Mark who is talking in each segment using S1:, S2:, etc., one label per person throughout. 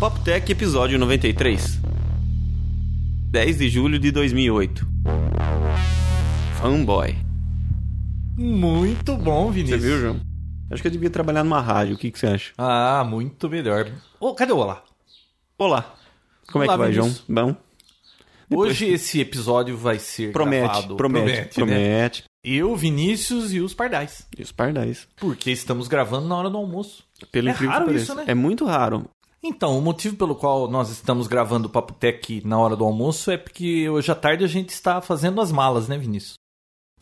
S1: Poptech episódio 93. 10 de julho de 2008. Fanboy.
S2: Muito bom,
S1: Você
S2: Vinícius.
S1: viu, João? Acho que eu devia trabalhar numa rádio. O que, que você acha?
S2: Ah, muito melhor. Ô, cadê o Olá?
S1: Olá. Como é
S2: Olá,
S1: que vai, João?
S2: Vinícius.
S1: Bom? Depois-
S2: Hoje esse episódio vai ser
S1: Promete, promete,
S2: gravado.
S1: promete.
S2: né? Eu, Vinícius e os Pardais.
S1: E os pardais.
S2: Porque estamos gravando na hora do almoço.
S1: Pelo
S2: É
S1: incrível
S2: raro
S1: que
S2: isso,
S1: pareça.
S2: né?
S1: É muito raro.
S2: Então, o motivo pelo qual nós estamos gravando o Papo Tech na hora do almoço é porque hoje à tarde a gente está fazendo as malas, né, Vinícius?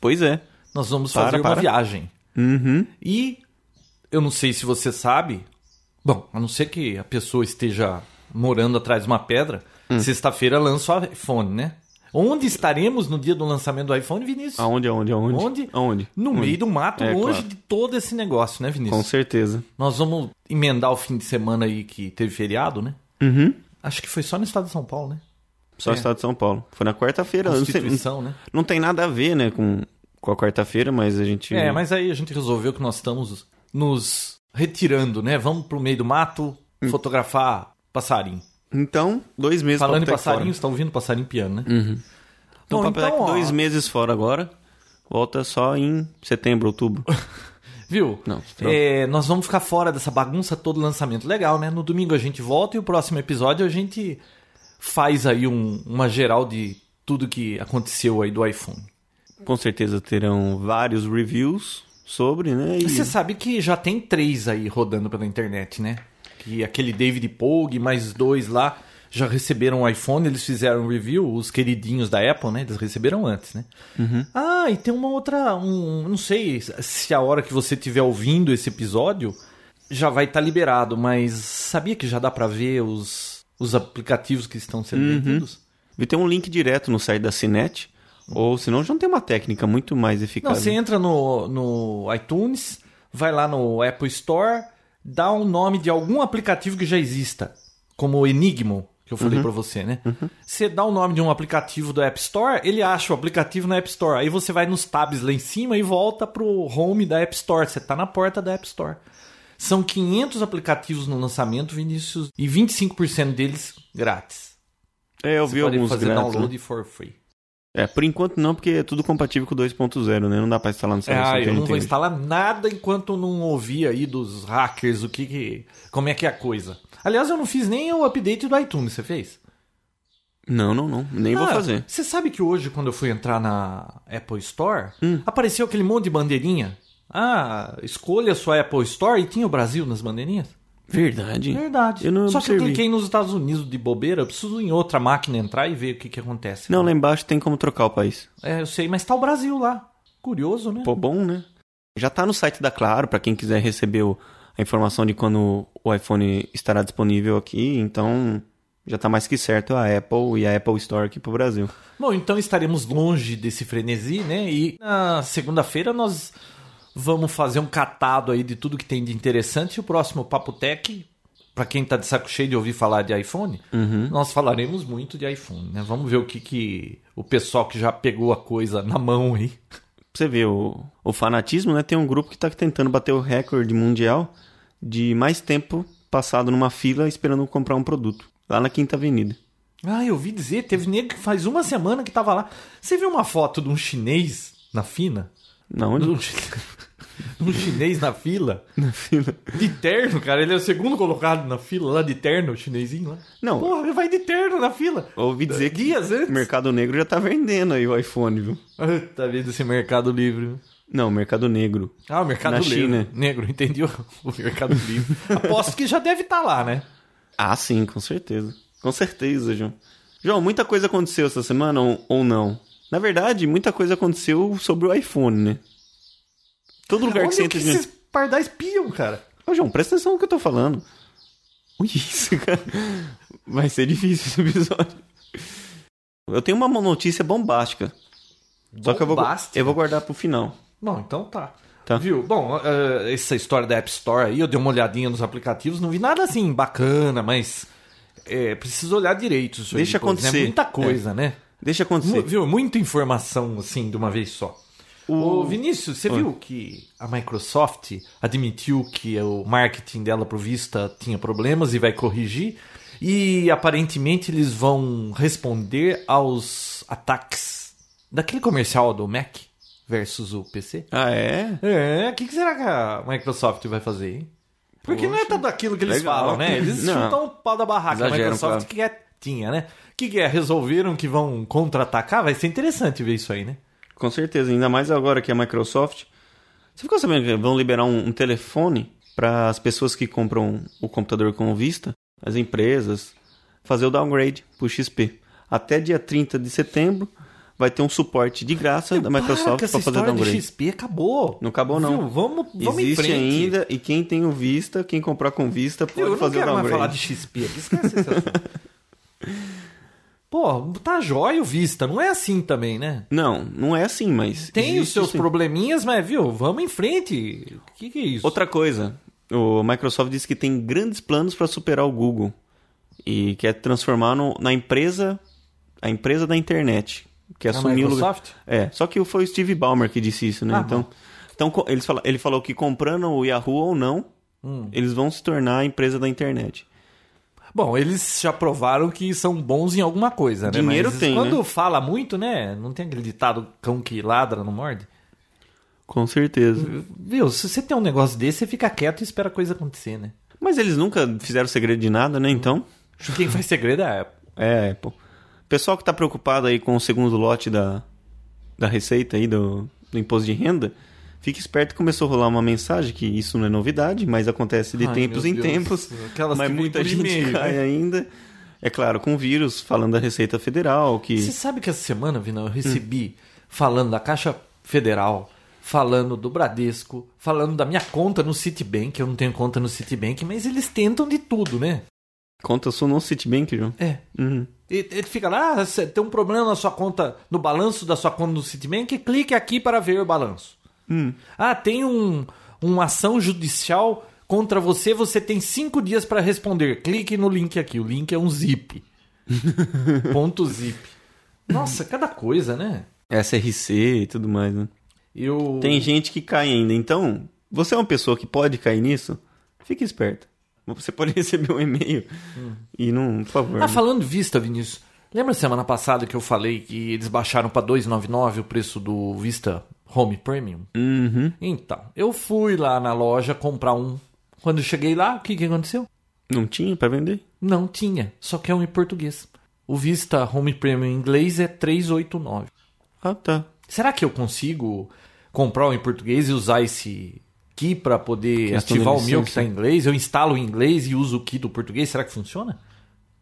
S1: Pois é.
S2: Nós vamos
S1: Para,
S2: fazer
S1: para.
S2: uma viagem.
S1: Uhum.
S2: E eu não sei se você sabe. Bom, a não ser que a pessoa esteja morando atrás de uma pedra,
S1: Hum.
S2: sexta-feira lança o iPhone, né? Onde estaremos no dia do lançamento do iPhone, Vinícius?
S1: Aonde, aonde, aonde?
S2: Onde?
S1: Aonde?
S2: No
S1: Onde?
S2: meio do mato,
S1: É,
S2: longe
S1: claro.
S2: de todo esse negócio, né,
S1: Com
S2: Vinícius?
S1: certeza.
S2: Nós vamos emendar o fim de semana aí que teve feriado, né?
S1: Uhum.
S2: Acho que foi só no estado de São Paulo, né?
S1: Só o estado de São Paulo. Foi na quarta-feira. Eu Não, sei-
S2: Constituição, né?
S1: não tem nada a ver, né, com, com a quarta-feira, mas a gente...
S2: É, mas aí a gente resolveu que nós estamos nos retirando, né? Vamos pro meio do mato
S1: Hum.
S2: fotografar passarinho.
S1: Então, dois meses
S2: Falando em
S1: Papotec fora.
S2: passarinho, você tá ouvindo passarinho piano, né? é
S1: Então,
S2: Bom,
S1: o Papelec
S2: ó,
S1: dois meses fora agora. Volta só em setembro, outubro.
S2: Viu?
S1: Não,
S2: É, nós vamos ficar fora dessa bagunça todo lançamento. Legal, né? No domingo a gente volta e o próximo episódio a gente faz aí um- uma geral de tudo que aconteceu aí do iPhone.
S1: Com certeza terão vários reviews sobre, né?
S2: E
S1: E
S2: você sabe que já tem três aí rodando pela internet, né? Que aquele David Pogue, mais dois lá, já receberam o iPhone, eles fizeram um review, os queridinhos da Apple, né? Eles receberam antes, né? Ah, e tem uma outra. Um, não sei se a hora que você estiver ouvindo esse episódio já vai estar liberado, mas sabia que já dá pra ver os, os aplicativos que estão sendo vendidos?
S1: vai ter um link direto no site da Cinet. Ou senão já não tem uma técnica muito mais
S2: Não,
S1: eficaz.
S2: você
S1: né?
S2: entra no, no iTunes, vai lá no Apple Store, dá o nome de algum aplicativo que já exista, como o Enigmo, que eu
S1: Uhum.
S2: falei pra você, né? Você dá o nome de um aplicativo do App Store, ele acha o aplicativo na App Store. Aí você vai nos tabs lá em cima e volta pro home da App Store. Você tá na porta da App Store. São 500 aplicativos no lançamento, Vinícius, e 25% deles grátis.
S1: É, eu
S2: Você
S1: vi
S2: pode
S1: alguns
S2: fazer
S1: grátis,
S2: download
S1: né?
S2: for free.
S1: É, por enquanto não, porque é tudo compatível com o 2.0, né? Não dá pra instalar no site. não
S2: Ah,
S1: tem-
S2: eu não
S1: tem
S2: vou
S1: jeito.
S2: instalar nada enquanto não ouvir aí dos hackers o que, que- como é que é a coisa. Aliás, eu não fiz nem o update do iTunes, você fez?
S1: Não, não, não. Nem vou
S2: Ah,
S1: fazer.
S2: Você sabe que hoje quando eu fui entrar na Apple Store,
S1: Hum.
S2: apareceu aquele monte de bandeirinha. Ah, escolha sua Apple Store e tinha o Brasil nas bandeirinhas?
S1: Verdade.
S2: Verdade.
S1: Eu não
S2: Só que eu
S1: observei.
S2: cliquei nos Estados Unidos de bobeira, eu preciso em outra máquina entrar e ver o que que acontece.
S1: Não, lá embaixo tem como trocar o país.
S2: É, eu sei, mas tá o Brasil lá. Curioso, né?
S1: Pô, bom, né? Já tá no site da Claro, pra quem quiser receber o- a informação de quando o iPhone estará disponível aqui, então já tá mais que certo a Apple e a Apple Store aqui pro Brasil.
S2: Bom, então estaremos longe desse frenesi, né? E na segunda-feira nós vamos fazer um catado aí de tudo que tem de interessante. E o próximo Papo Tech, para quem tá de saco cheio de ouvir falar de iPhone, nós falaremos muito de iPhone, né? Vamos ver o que, que o pessoal que já pegou a coisa na mão aí.
S1: Pra você ver o, o fanatismo, né? Tem um grupo que tá tentando bater o recorde mundial de mais tempo passado numa fila esperando comprar um produto, lá na Quinta Avenida.
S2: Ah, eu ouvi dizer, teve nego que faz uma semana que tava lá. Você viu uma foto de um chinês na fina?
S1: Na onde?
S2: Um, chi- um chinês na fila?
S1: Na fila.
S2: De terno, cara. Ele é o segundo colocado na fila lá de terno, o chinesinho lá.
S1: Não.
S2: Porra, ele vai de terno na fila.
S1: Ouvi dizer que
S2: Dias
S1: o
S2: antes.
S1: Mercado Negro já tá vendendo aí o iPhone, viu?
S2: Ah, Tá vendo esse Mercado Livre?
S1: Não, Mercado Negro.
S2: Ah, o Mercado
S1: Na
S2: Livre.
S1: China.
S2: Negro, entendeu? O Mercado Livre. Aposto que já deve estar lá, né?
S1: Ah, sim, com certeza. Com certeza, João. João, muita coisa aconteceu essa semana ou, ou não? Na verdade, muita coisa aconteceu sobre o iPhone, né? Todo lugar
S2: Olha
S1: que você
S2: o
S1: entra
S2: que
S1: de...
S2: esses pardais piam, cara.
S1: Ô, João, presta atenção no que eu tô falando. Ui, isso, cara. Vai ser difícil esse episódio. Eu tenho uma notícia bombástica. Só que eu vou,
S2: Bombástica?
S1: eu vou guardar pro final.
S2: Bom, então tá.
S1: Tá.
S2: Viu? Bom, eh, essa história da App Store aí, eu dei uma olhadinha nos aplicativos, não vi nada assim bacana, mas eh, preciso olhar direito isso aí
S1: Deixa
S2: depois, né?
S1: acontecer. É.
S2: Muita coisa, né?
S1: Deixa
S2: Mu-
S1: acontecer.
S2: viu? Muita informação assim de uma vez só. Ô, Vinícius, você viu que a Microsoft admitiu que o marketing dela pro Vista tinha problemas e vai corrigir? E aparentemente eles vão responder aos ataques daquele comercial do Mac versus o PC?
S1: Ah, é?
S2: É, o que, que será que a Microsoft vai fazer, hein? Porque não é
S1: Poxa.
S2: tudo aquilo que eles
S1: Legal.
S2: falam, né? Eles
S1: Não.
S2: chutam o pau da barraca. a
S1: Exageram,
S2: Microsoft
S1: claro.
S2: que é, tinha, né? O que, que é? Resolveram que vão contra-atacar? Vai ser interessante ver isso aí, né?
S1: Com certeza. Ainda mais agora que a Microsoft. Você ficou sabendo que vão liberar um, um telefone para as pessoas que compram o computador com o Vista, as empresas, fazer o downgrade pro XP. Até dia 30 de setembro vai ter um suporte de graça Tá, da
S2: Para
S1: Microsoft
S2: que essa
S1: para fazer
S2: história
S1: downgrade.
S2: de XP acabou.
S1: Não acabou, não.
S2: Viu? Vamos, vamos em
S1: Existe
S2: frente.
S1: ainda, e quem tem o Vista, quem comprar com Vista, pode
S2: Eu não
S1: fazer o
S2: quero mais
S1: downgrade.
S2: falar de XP aqui. Esquece esse assunto. Pô, tá jóia o Vista. Não é assim também, né?
S1: Não, não é assim, mas.
S2: Tem os
S1: existe
S2: seus
S1: sim.
S2: probleminhas, mas, viu? Vamos em frente. O que, que é isso?
S1: Outra coisa, o Microsoft disse que tem grandes planos para superar o Google e quer transformar no- na empresa, a empresa da internet, que
S2: A
S1: assumiu o lugar.
S2: Microsoft?
S1: É, só que foi o Steve Ballmer que disse isso, né?
S2: Ah,
S1: então, então co- eles fala- ele falou que comprando o Yahoo ou não,
S2: Hum.
S1: eles vão se tornar a empresa da internet.
S2: Bom, eles já provaram que são bons em alguma coisa, né?
S1: Dinheiro
S2: Mas
S1: tem,
S2: Quando fala muito, né? Não tem aquele ditado cão que ladra não morde?
S1: Com
S2: Hum.
S1: certeza.
S2: Viu, se você tem um negócio desse, você fica quieto e espera a coisa acontecer, né?
S1: Mas eles nunca fizeram segredo de nada,
S2: Hum.
S1: né? Então.
S2: Quem faz segredo é a Apple.
S1: É, pô. Pessoal que tá preocupado aí com o segundo lote da, da receita aí do, do imposto de renda, fique esperto que começou a rolar uma mensagem que isso não é novidade, mas acontece de
S2: Ai,
S1: tempos
S2: meu
S1: em
S2: Deus.
S1: tempos.
S2: Aquelas
S1: mas
S2: que vêm
S1: muita
S2: por
S1: gente
S2: e-mail,
S1: cai
S2: né?
S1: ainda. É claro, com o vírus, falando da Receita Federal, que.
S2: Você sabe que essa semana, Vina, eu
S1: Hum.
S2: recebi falando da Caixa Federal, falando do Bradesco, falando da minha conta no Citibank. Eu não tenho conta no Citibank, mas eles tentam de tudo, né?
S1: Conta, eu sou no Citibank, João.
S2: É.
S1: Uhum.
S2: E- Ele fica lá, ah, você tem um problema na sua conta, no balanço da sua conta do Citibank, clique aqui para ver o balanço. Ah, tem um, uma ação judicial contra você, você tem cinco dias para responder. Clique no link aqui. O link é um zip. Ponto zip. Nossa, cada coisa, né?
S1: SRC e tudo mais, né?
S2: Eu...
S1: Tem gente que cai ainda. Então, você é uma pessoa que pode cair nisso? Fique esperto. Você pode receber um e-mail
S2: Hum.
S1: e não, por favor. né?
S2: Ah,
S1: não-
S2: falando de Vista, Vinícius, lembra semana passada que eu falei que eles baixaram para 2,99 o preço do Vista Home Premium?
S1: Uhum.
S2: Então, eu fui lá na loja comprar um. Quando eu cheguei lá, o que, que aconteceu?
S1: Não tinha pra vender?
S2: Não tinha, só que é um em português. O Vista Home Premium em inglês é 389.
S1: Ah, tá.
S2: Será que eu consigo comprar um em português e usar esse key para poder
S1: Questão de
S2: ativar o meu que
S1: licença.
S2: está em inglês? Eu instalo em inglês e uso o key do português? Será que funciona?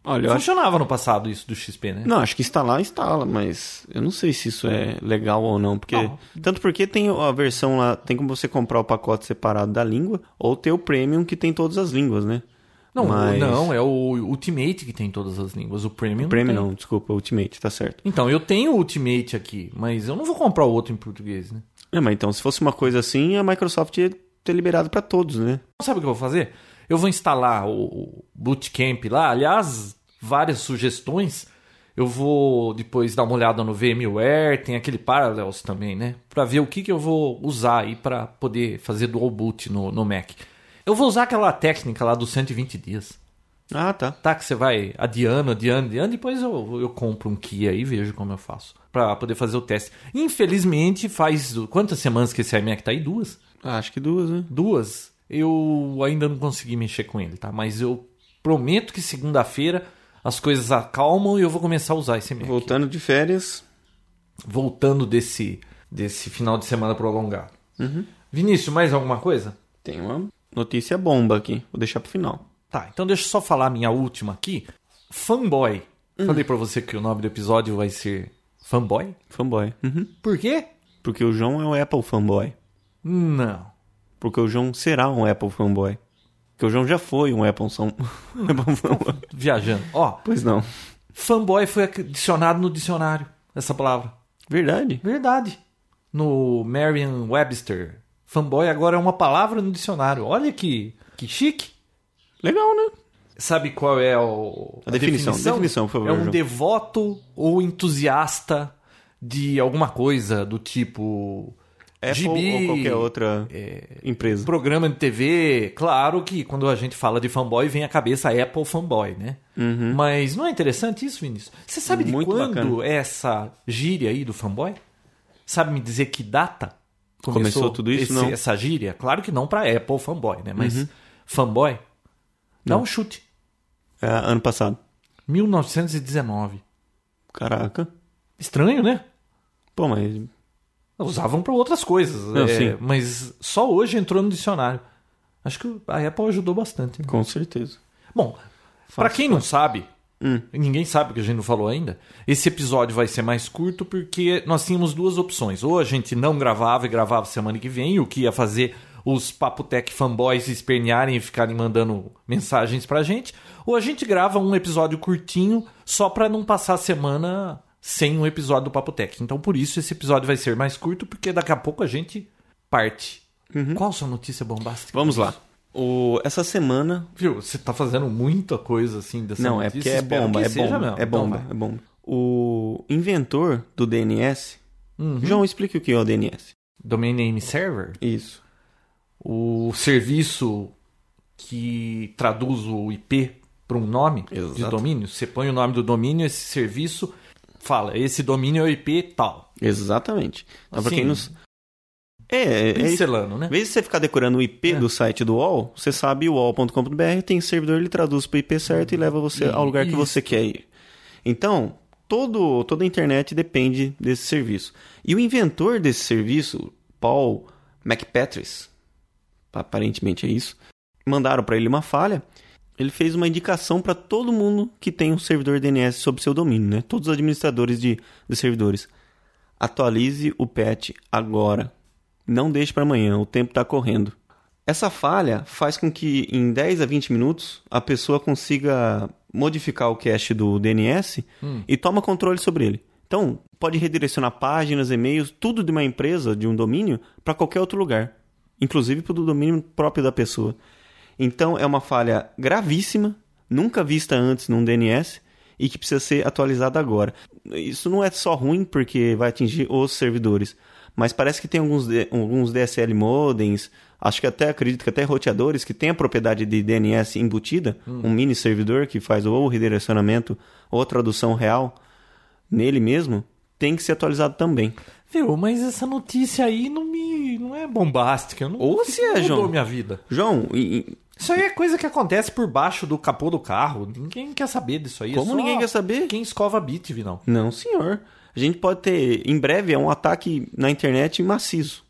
S1: Olha, eu acho... é.
S2: Funcionava no passado isso do XP, né?
S1: Não, acho que instalar, instala, mas eu não sei se isso é legal ou não, porque...
S2: Não.
S1: Tanto porque tem a versão lá, tem como você comprar o pacote separado da língua, ou ter o premium que tem todas as línguas, né?
S2: Não,
S1: Mas-
S2: não, é o Ultimate que tem todas as línguas. O Premium. não
S1: Premium
S2: tem.
S1: não, desculpa, Ultimate, tá certo.
S2: Então, eu tenho o Ultimate aqui, mas eu não vou comprar o outro em português, né?
S1: É, mas então, se fosse uma coisa assim, a Microsoft ia ter liberado pra todos, né?
S2: Sabe o que eu vou fazer? Eu vou instalar o- o Bootcamp lá. Aliás, várias sugestões. Eu vou depois dar uma olhada no VMware, tem aquele Parallels também, né? Pra ver o que, que eu vou usar aí pra poder fazer dual boot no, no Mac. Eu vou usar aquela técnica lá dos 120 dias.
S1: Ah, tá.
S2: Tá, que você vai adiando, adiando, adiando, depois eu, eu compro um Kia aí e vejo como eu faço. Pra poder fazer o teste. Infelizmente, faz quantas semanas que esse iMac tá aí? Duas?
S1: Ah, acho que duas, né?
S2: Duas. Eu ainda não consegui mexer com ele, tá? Mas eu prometo que segunda-feira as coisas acalmam e eu vou começar a usar esse Mac.
S1: Voltando de férias,
S2: Voltando desse, desse final de semana prolongado. Uhum. Vinícius, mais alguma coisa?
S1: tem uma notícia bomba aqui. Vou deixar pro final.
S2: Tá, então deixa eu só falar a minha última aqui. Fanboy. Falei pra você que o nome do episódio vai ser Fanboy?
S1: Fanboy. Uhum.
S2: Por quê?
S1: Porque o João é o Apple fanboy.
S2: Não.
S1: um Porque o João será um Apple fanboy. Porque o João já foi um Apple, são... Apple fanboy.
S2: Viajando. Ó,
S1: Pois não.
S2: fanboy foi adicionado no dicionário, essa palavra.
S1: Verdade.
S2: Verdade. No Merriam-Webster, fanboy agora é uma palavra no dicionário. Olha que, que chique.
S1: Legal, né?
S2: Sabe qual é o,
S1: A definição. Definição, por favor,
S2: É um
S1: João.
S2: devoto ou entusiasta de alguma coisa do tipo
S1: Apple
S2: gibi, É.
S1: ou qualquer outra empresa.
S2: Um programa de TV. Claro que quando a gente fala de fanboy vem à cabeça Apple fanboy, né? Mas não é interessante isso, Vinícius? Você sabe de
S1: Uhum. Muito
S2: quando
S1: bacana.
S2: é essa gíria aí do fanboy? Sabe me dizer que data
S1: Começou tudo isso?
S2: esse-
S1: Não. Uhum.
S2: essa gíria? Claro que não para Apple fanboy, né? Mas fanboy? Dá um chute.
S1: É, ano passado.
S2: 1919.
S1: Caraca.
S2: Estranho, né?
S1: Pô, mas.
S2: Usavam para outras coisas,
S1: Não,
S2: é,
S1: sim.
S2: mas só hoje entrou no dicionário. Acho que a Apple ajudou bastante. né?
S1: Com certeza.
S2: Bom, para quem não sabe, ninguém sabe porque a gente não falou ainda, esse episódio vai ser mais curto porque nós tínhamos duas opções. Ou a gente não gravava e gravava semana que vem, o que ia fazer os Papotec fanboys espernearem e ficarem mandando mensagens pra gente. Ou a gente grava um episódio curtinho só pra não passar a semana sem um episódio do Papotec. Então por isso esse episódio vai ser mais curto, porque daqui a pouco a gente parte. Qual a sua notícia bombástica?
S1: Vamos lá. O... Essa semana
S2: Viu, você tá fazendo muita coisa assim dessa
S1: Não, é porque
S2: notícia.
S1: é
S2: espero
S1: bomba,
S2: que
S1: é
S2: seja
S1: bomba,
S2: mesmo.
S1: é bomba,
S2: Então vai.
S1: é bomba. O inventor do DNS,
S2: Uhum.
S1: João, explique o que é o DNS.
S2: Domain Name Server,
S1: Isso.
S2: o serviço que traduz o IP para um nome de
S1: Exato.
S2: domínio, você põe o nome do domínio, esse serviço fala, esse domínio é o IP tal.
S1: Exatamente. Então, pra
S2: Assim,
S1: quem não... s- É, é, é isso.
S2: Pincelando, né? É.
S1: Em vez de você ficar decorando o IP do site do UOL, você sabe o UOL.com.br, tem servidor, ele traduz para o IP certo e leva você ao lugar que
S2: Isso.
S1: você quer ir. Então, todo, toda a internet depende desse serviço. E o inventor desse serviço, Paul McPatris, aparentemente é isso, mandaram para ele uma falha. Ele fez uma indicação para todo mundo que tem um servidor DNS sob seu domínio, né? Todos os administradores de, de servidores. Atualize o patch agora. Não deixe para amanhã, o tempo está correndo. Essa falha faz com que em 10 a 20 minutos a pessoa consiga modificar o cache do DNS e toma controle sobre ele. Então, pode redirecionar páginas, e-mails, tudo de uma empresa, de um domínio, para qualquer outro lugar, inclusive para o domínio próprio da pessoa. Então, é uma falha gravíssima, nunca vista antes num DNS e que precisa ser atualizada agora. Isso não é só ruim porque vai atingir os servidores, mas parece que tem alguns, D- alguns DSL modems, acho que até acredito que até roteadores que têm a propriedade de DNS embutida,
S2: Hum.
S1: um mini servidor que faz ou o redirecionamento ou a tradução real nele mesmo, tem que ser atualizado também.
S2: Viu, mas essa notícia aí não me não é bombástica, eu não,
S1: Ou se é,
S2: não mudou
S1: João.
S2: minha vida.
S1: João, e- e
S2: Isso aí é coisa que acontece por baixo do capô do carro. Ninguém quer saber disso aí. é
S1: Como
S2: só
S1: ninguém quer saber?
S2: Quem escova bit, Vinão.
S1: Não, senhor. A gente pode ter, em breve, é um ataque na internet maciço.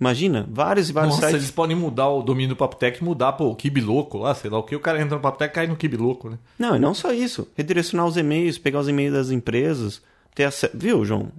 S1: Imagina, vários e vários
S2: Nossa,
S1: sites.
S2: eles podem mudar o domínio do Papotec e mudar, pô, o Kibi Louco lá, sei lá o que. O cara entra no Papotec e cai no Kibi Louco, né?
S1: Não, e não só isso. Redirecionar os e-mails, pegar os e-mails das empresas, ter acesso. Viu, João?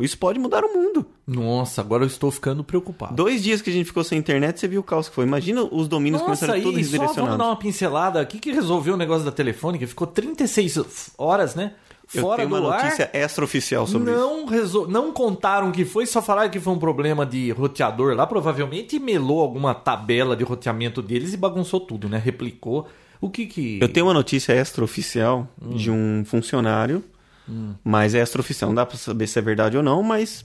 S1: Isso pode mudar o mundo.
S2: Nossa, agora eu estou ficando preocupado.
S1: Dois dias que a gente ficou sem internet, você viu o caos que foi. Imagina os domínios
S2: Nossa,
S1: começaram todos
S2: e só vamos
S1: redirecionados.
S2: dar uma pincelada. O que, que resolveu o negócio da telefônica? Ficou 36 horas, né?
S1: Eu
S2: Fora
S1: tenho uma
S2: do ar.
S1: notícia extraoficial sobre isso.
S2: não, resol... não contaram que foi, só falaram que foi um problema de roteador lá, provavelmente, e melou alguma tabela de roteamento deles e bagunçou tudo, né? Replicou. O que que...
S1: Eu tenho uma notícia extraoficial
S2: Hum.
S1: de um funcionário, mas é extraoficial, não dá pra saber se é verdade ou não, mas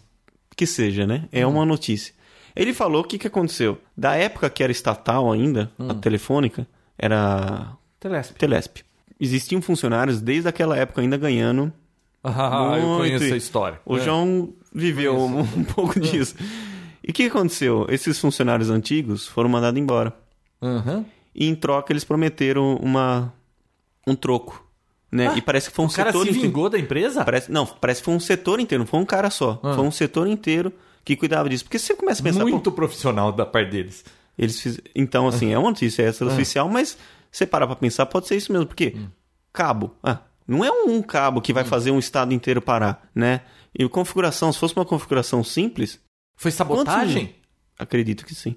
S1: que seja, né?
S2: Hum.
S1: É uma notícia. Ele falou o que, que aconteceu. Da época que era estatal ainda,
S2: Hum.
S1: a telefônica, era
S2: Telesp.
S1: Telesp. Existiam funcionários desde aquela época ainda ganhando.
S2: Ah, eu
S1: Muito.
S2: conheço essa história.
S1: O
S2: É.
S1: João viveu um, um pouco disso. E o que aconteceu? Esses funcionários antigos foram mandados embora.
S2: É. Aham.
S1: E em troca eles prometeram uma um troco, né? e parece que foi um
S2: O Ah, cara
S1: setor
S2: se
S1: inteiro.
S2: vingou da empresa?
S1: Parece, não, parece que foi um setor inteiro, não foi um cara só. Foi um setor inteiro que cuidava disso. Porque você começa a pensar, pô,
S2: Ah. Muito profissional da parte deles.
S1: eles fiz... então assim, é uma notícia extra
S2: Ah.
S1: oficial, mas você parar pra pensar, pode ser isso mesmo, porque
S2: Hum.
S1: cabo, ah, não é um cabo que vai fazer um estado inteiro parar, né? E configuração, se fosse uma configuração simples,
S2: Foi sabotagem?
S1: acredito que sim.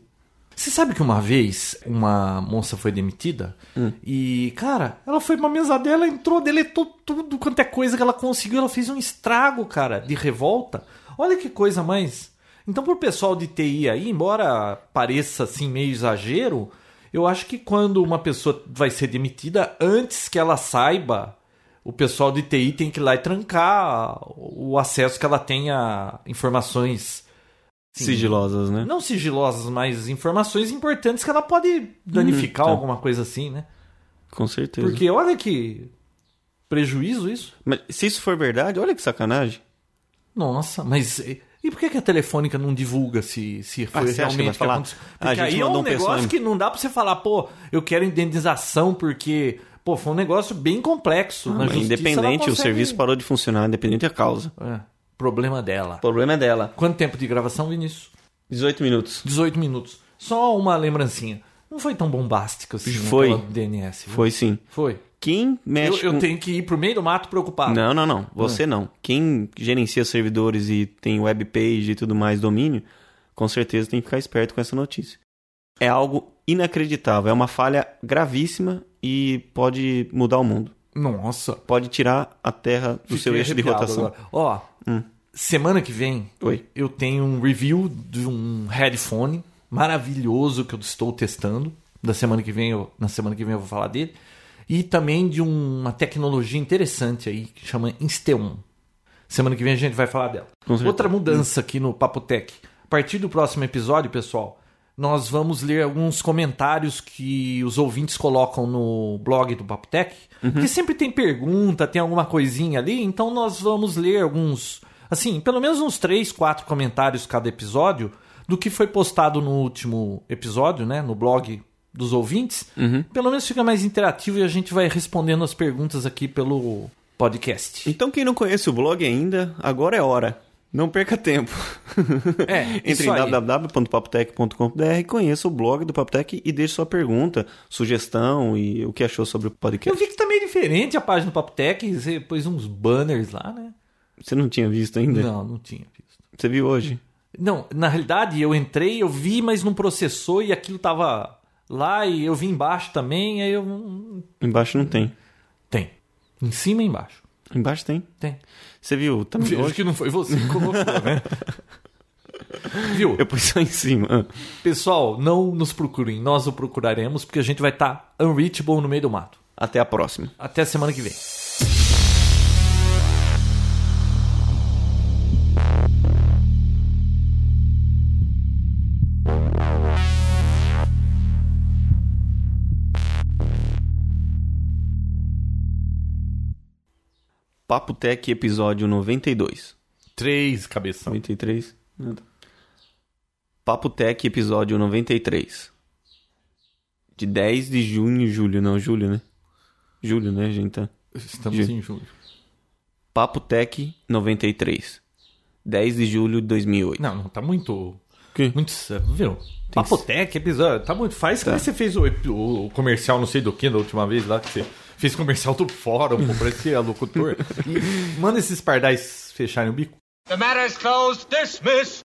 S2: Você sabe que uma vez uma moça foi demitida e, cara, ela foi pra mesa dela, entrou, deletou tudo quanto é coisa que ela conseguiu. Ela fez um estrago, cara, de revolta. Olha que coisa mais. Então, pro pessoal de TI aí, embora pareça assim meio exagero, eu acho que quando uma pessoa vai ser demitida, antes que ela saiba, o pessoal de TI tem que ir lá e trancar o acesso que ela tem a informações Sim.
S1: Sigilosas, né?
S2: não sigilosas, mas informações importantes que ela pode
S1: Hum,
S2: danificar
S1: tá.
S2: alguma coisa assim, né?
S1: Com certeza.
S2: Porque olha que prejuízo isso.
S1: Mas se isso for verdade, olha que sacanagem.
S2: Nossa, mas e e por que que a telefônica não divulga se, se foi
S1: Ah, você acha que
S2: realmente
S1: vai falar?
S2: aconteceu?
S1: Ah, a
S2: Porque
S1: gente
S2: aí é
S1: mandou
S2: um
S1: um
S2: negócio
S1: PSOM.
S2: que não dá pra você falar, pô, eu quero indenização porque, pô, foi um negócio bem complexo. na
S1: Ah, Mas
S2: justiça,
S1: independente,
S2: ela
S1: o serviço
S2: consegue-
S1: parou de funcionar, independente da causa.
S2: É, problema dela.
S1: O problema é dela.
S2: Quanto tempo de gravação, Vinícius?
S1: 18 minutos.
S2: 18 minutos. Só uma lembrancinha. Não foi tão bombástico assim
S1: Foi.
S2: aquela do DNS. viu?
S1: Foi sim.
S2: Foi.
S1: Quem
S2: Eu,
S1: mexe
S2: eu
S1: com...
S2: tenho um Ah. que ir pro meio do mato preocupado.
S1: Não, não, não. Você não. Quem gerencia servidores e tem webpage e tudo mais, domínio, com certeza tem que ficar esperto com essa notícia. É algo inacreditável. É uma falha gravíssima e pode mudar o mundo.
S2: Nossa.
S1: Pode tirar a Terra do seu
S2: Fiquei
S1: eixo de
S2: arrepiado
S1: rotação.
S2: agora. Ó,
S1: Hum.
S2: semana que vem
S1: Oi.
S2: eu tenho um review de um headphone maravilhoso que eu estou testando. Da semana que vem, eu, na semana que vem eu vou falar dele. E também de um, uma tecnologia interessante aí que chama Insteon. Semana que vem a gente vai falar dela.
S1: Com certeza.
S2: Outra mudança aqui no Papotec. A partir do próximo episódio, pessoal, nós vamos ler alguns comentários que os ouvintes colocam no blog do Papotec. Porque sempre tem pergunta, tem alguma coisinha ali, então nós vamos ler alguns, assim, pelo menos uns três, quatro comentários cada episódio do que foi postado no último episódio, né, no blog dos ouvintes. Pelo menos fica mais interativo e a gente vai respondendo as perguntas aqui pelo podcast.
S1: Então, quem não conhece o blog ainda, agora é hora. Não perca tempo.
S2: É, isso
S1: Entre em
S2: aí.
S1: www.papotec.com.br, conheça o blog do Papotec e deixe sua pergunta, sugestão e o que achou sobre o
S2: Eu
S1: podcast.
S2: vi que tá meio diferente a página do Papo Tech, você pôs uns banners lá, né?
S1: Você não tinha visto ainda?
S2: Não, não tinha visto.
S1: Você viu hoje?
S2: Não, na realidade eu entrei, eu vi, mas não processou e aquilo tava lá e eu vi embaixo também, aí eu. hum,
S1: Embaixo não tem.
S2: Tem. Em cima e embaixo.
S1: Embaixo tem.
S2: Tem.
S1: Você viu também
S2: Vejo
S1: hoje?
S2: que não foi você que colocou, né? Viu?
S1: Eu pus só em cima. Ah,
S2: Pessoal, não nos procurem, nós o procuraremos, porque a gente vai estar unreachable no meio do mato.
S1: Até a próxima.
S2: Até semana que vem.
S1: Papo Tech, episódio 92.
S2: Três cabeção.
S1: 93? Nada. Papo Tech, episódio 93. De 10 de junho e julho. Não, julho, né? Julho, né, gente? Tá.
S2: Estamos
S1: Ju-
S2: em julho.
S1: Papo Tech 93. 10 de julho de 2008.
S2: Não, não, tá muito.
S1: Quê?
S2: Muito. sé- Viu? Papotec, episódio. Tá muito. Faz que nem você fez o, epi- o comercial, não sei do que, da última vez lá que você fez comercial do fórum, é, pô, parecia locutor. E manda esses pardais fecharem o bico.
S3: The matter is closed. Dismiss.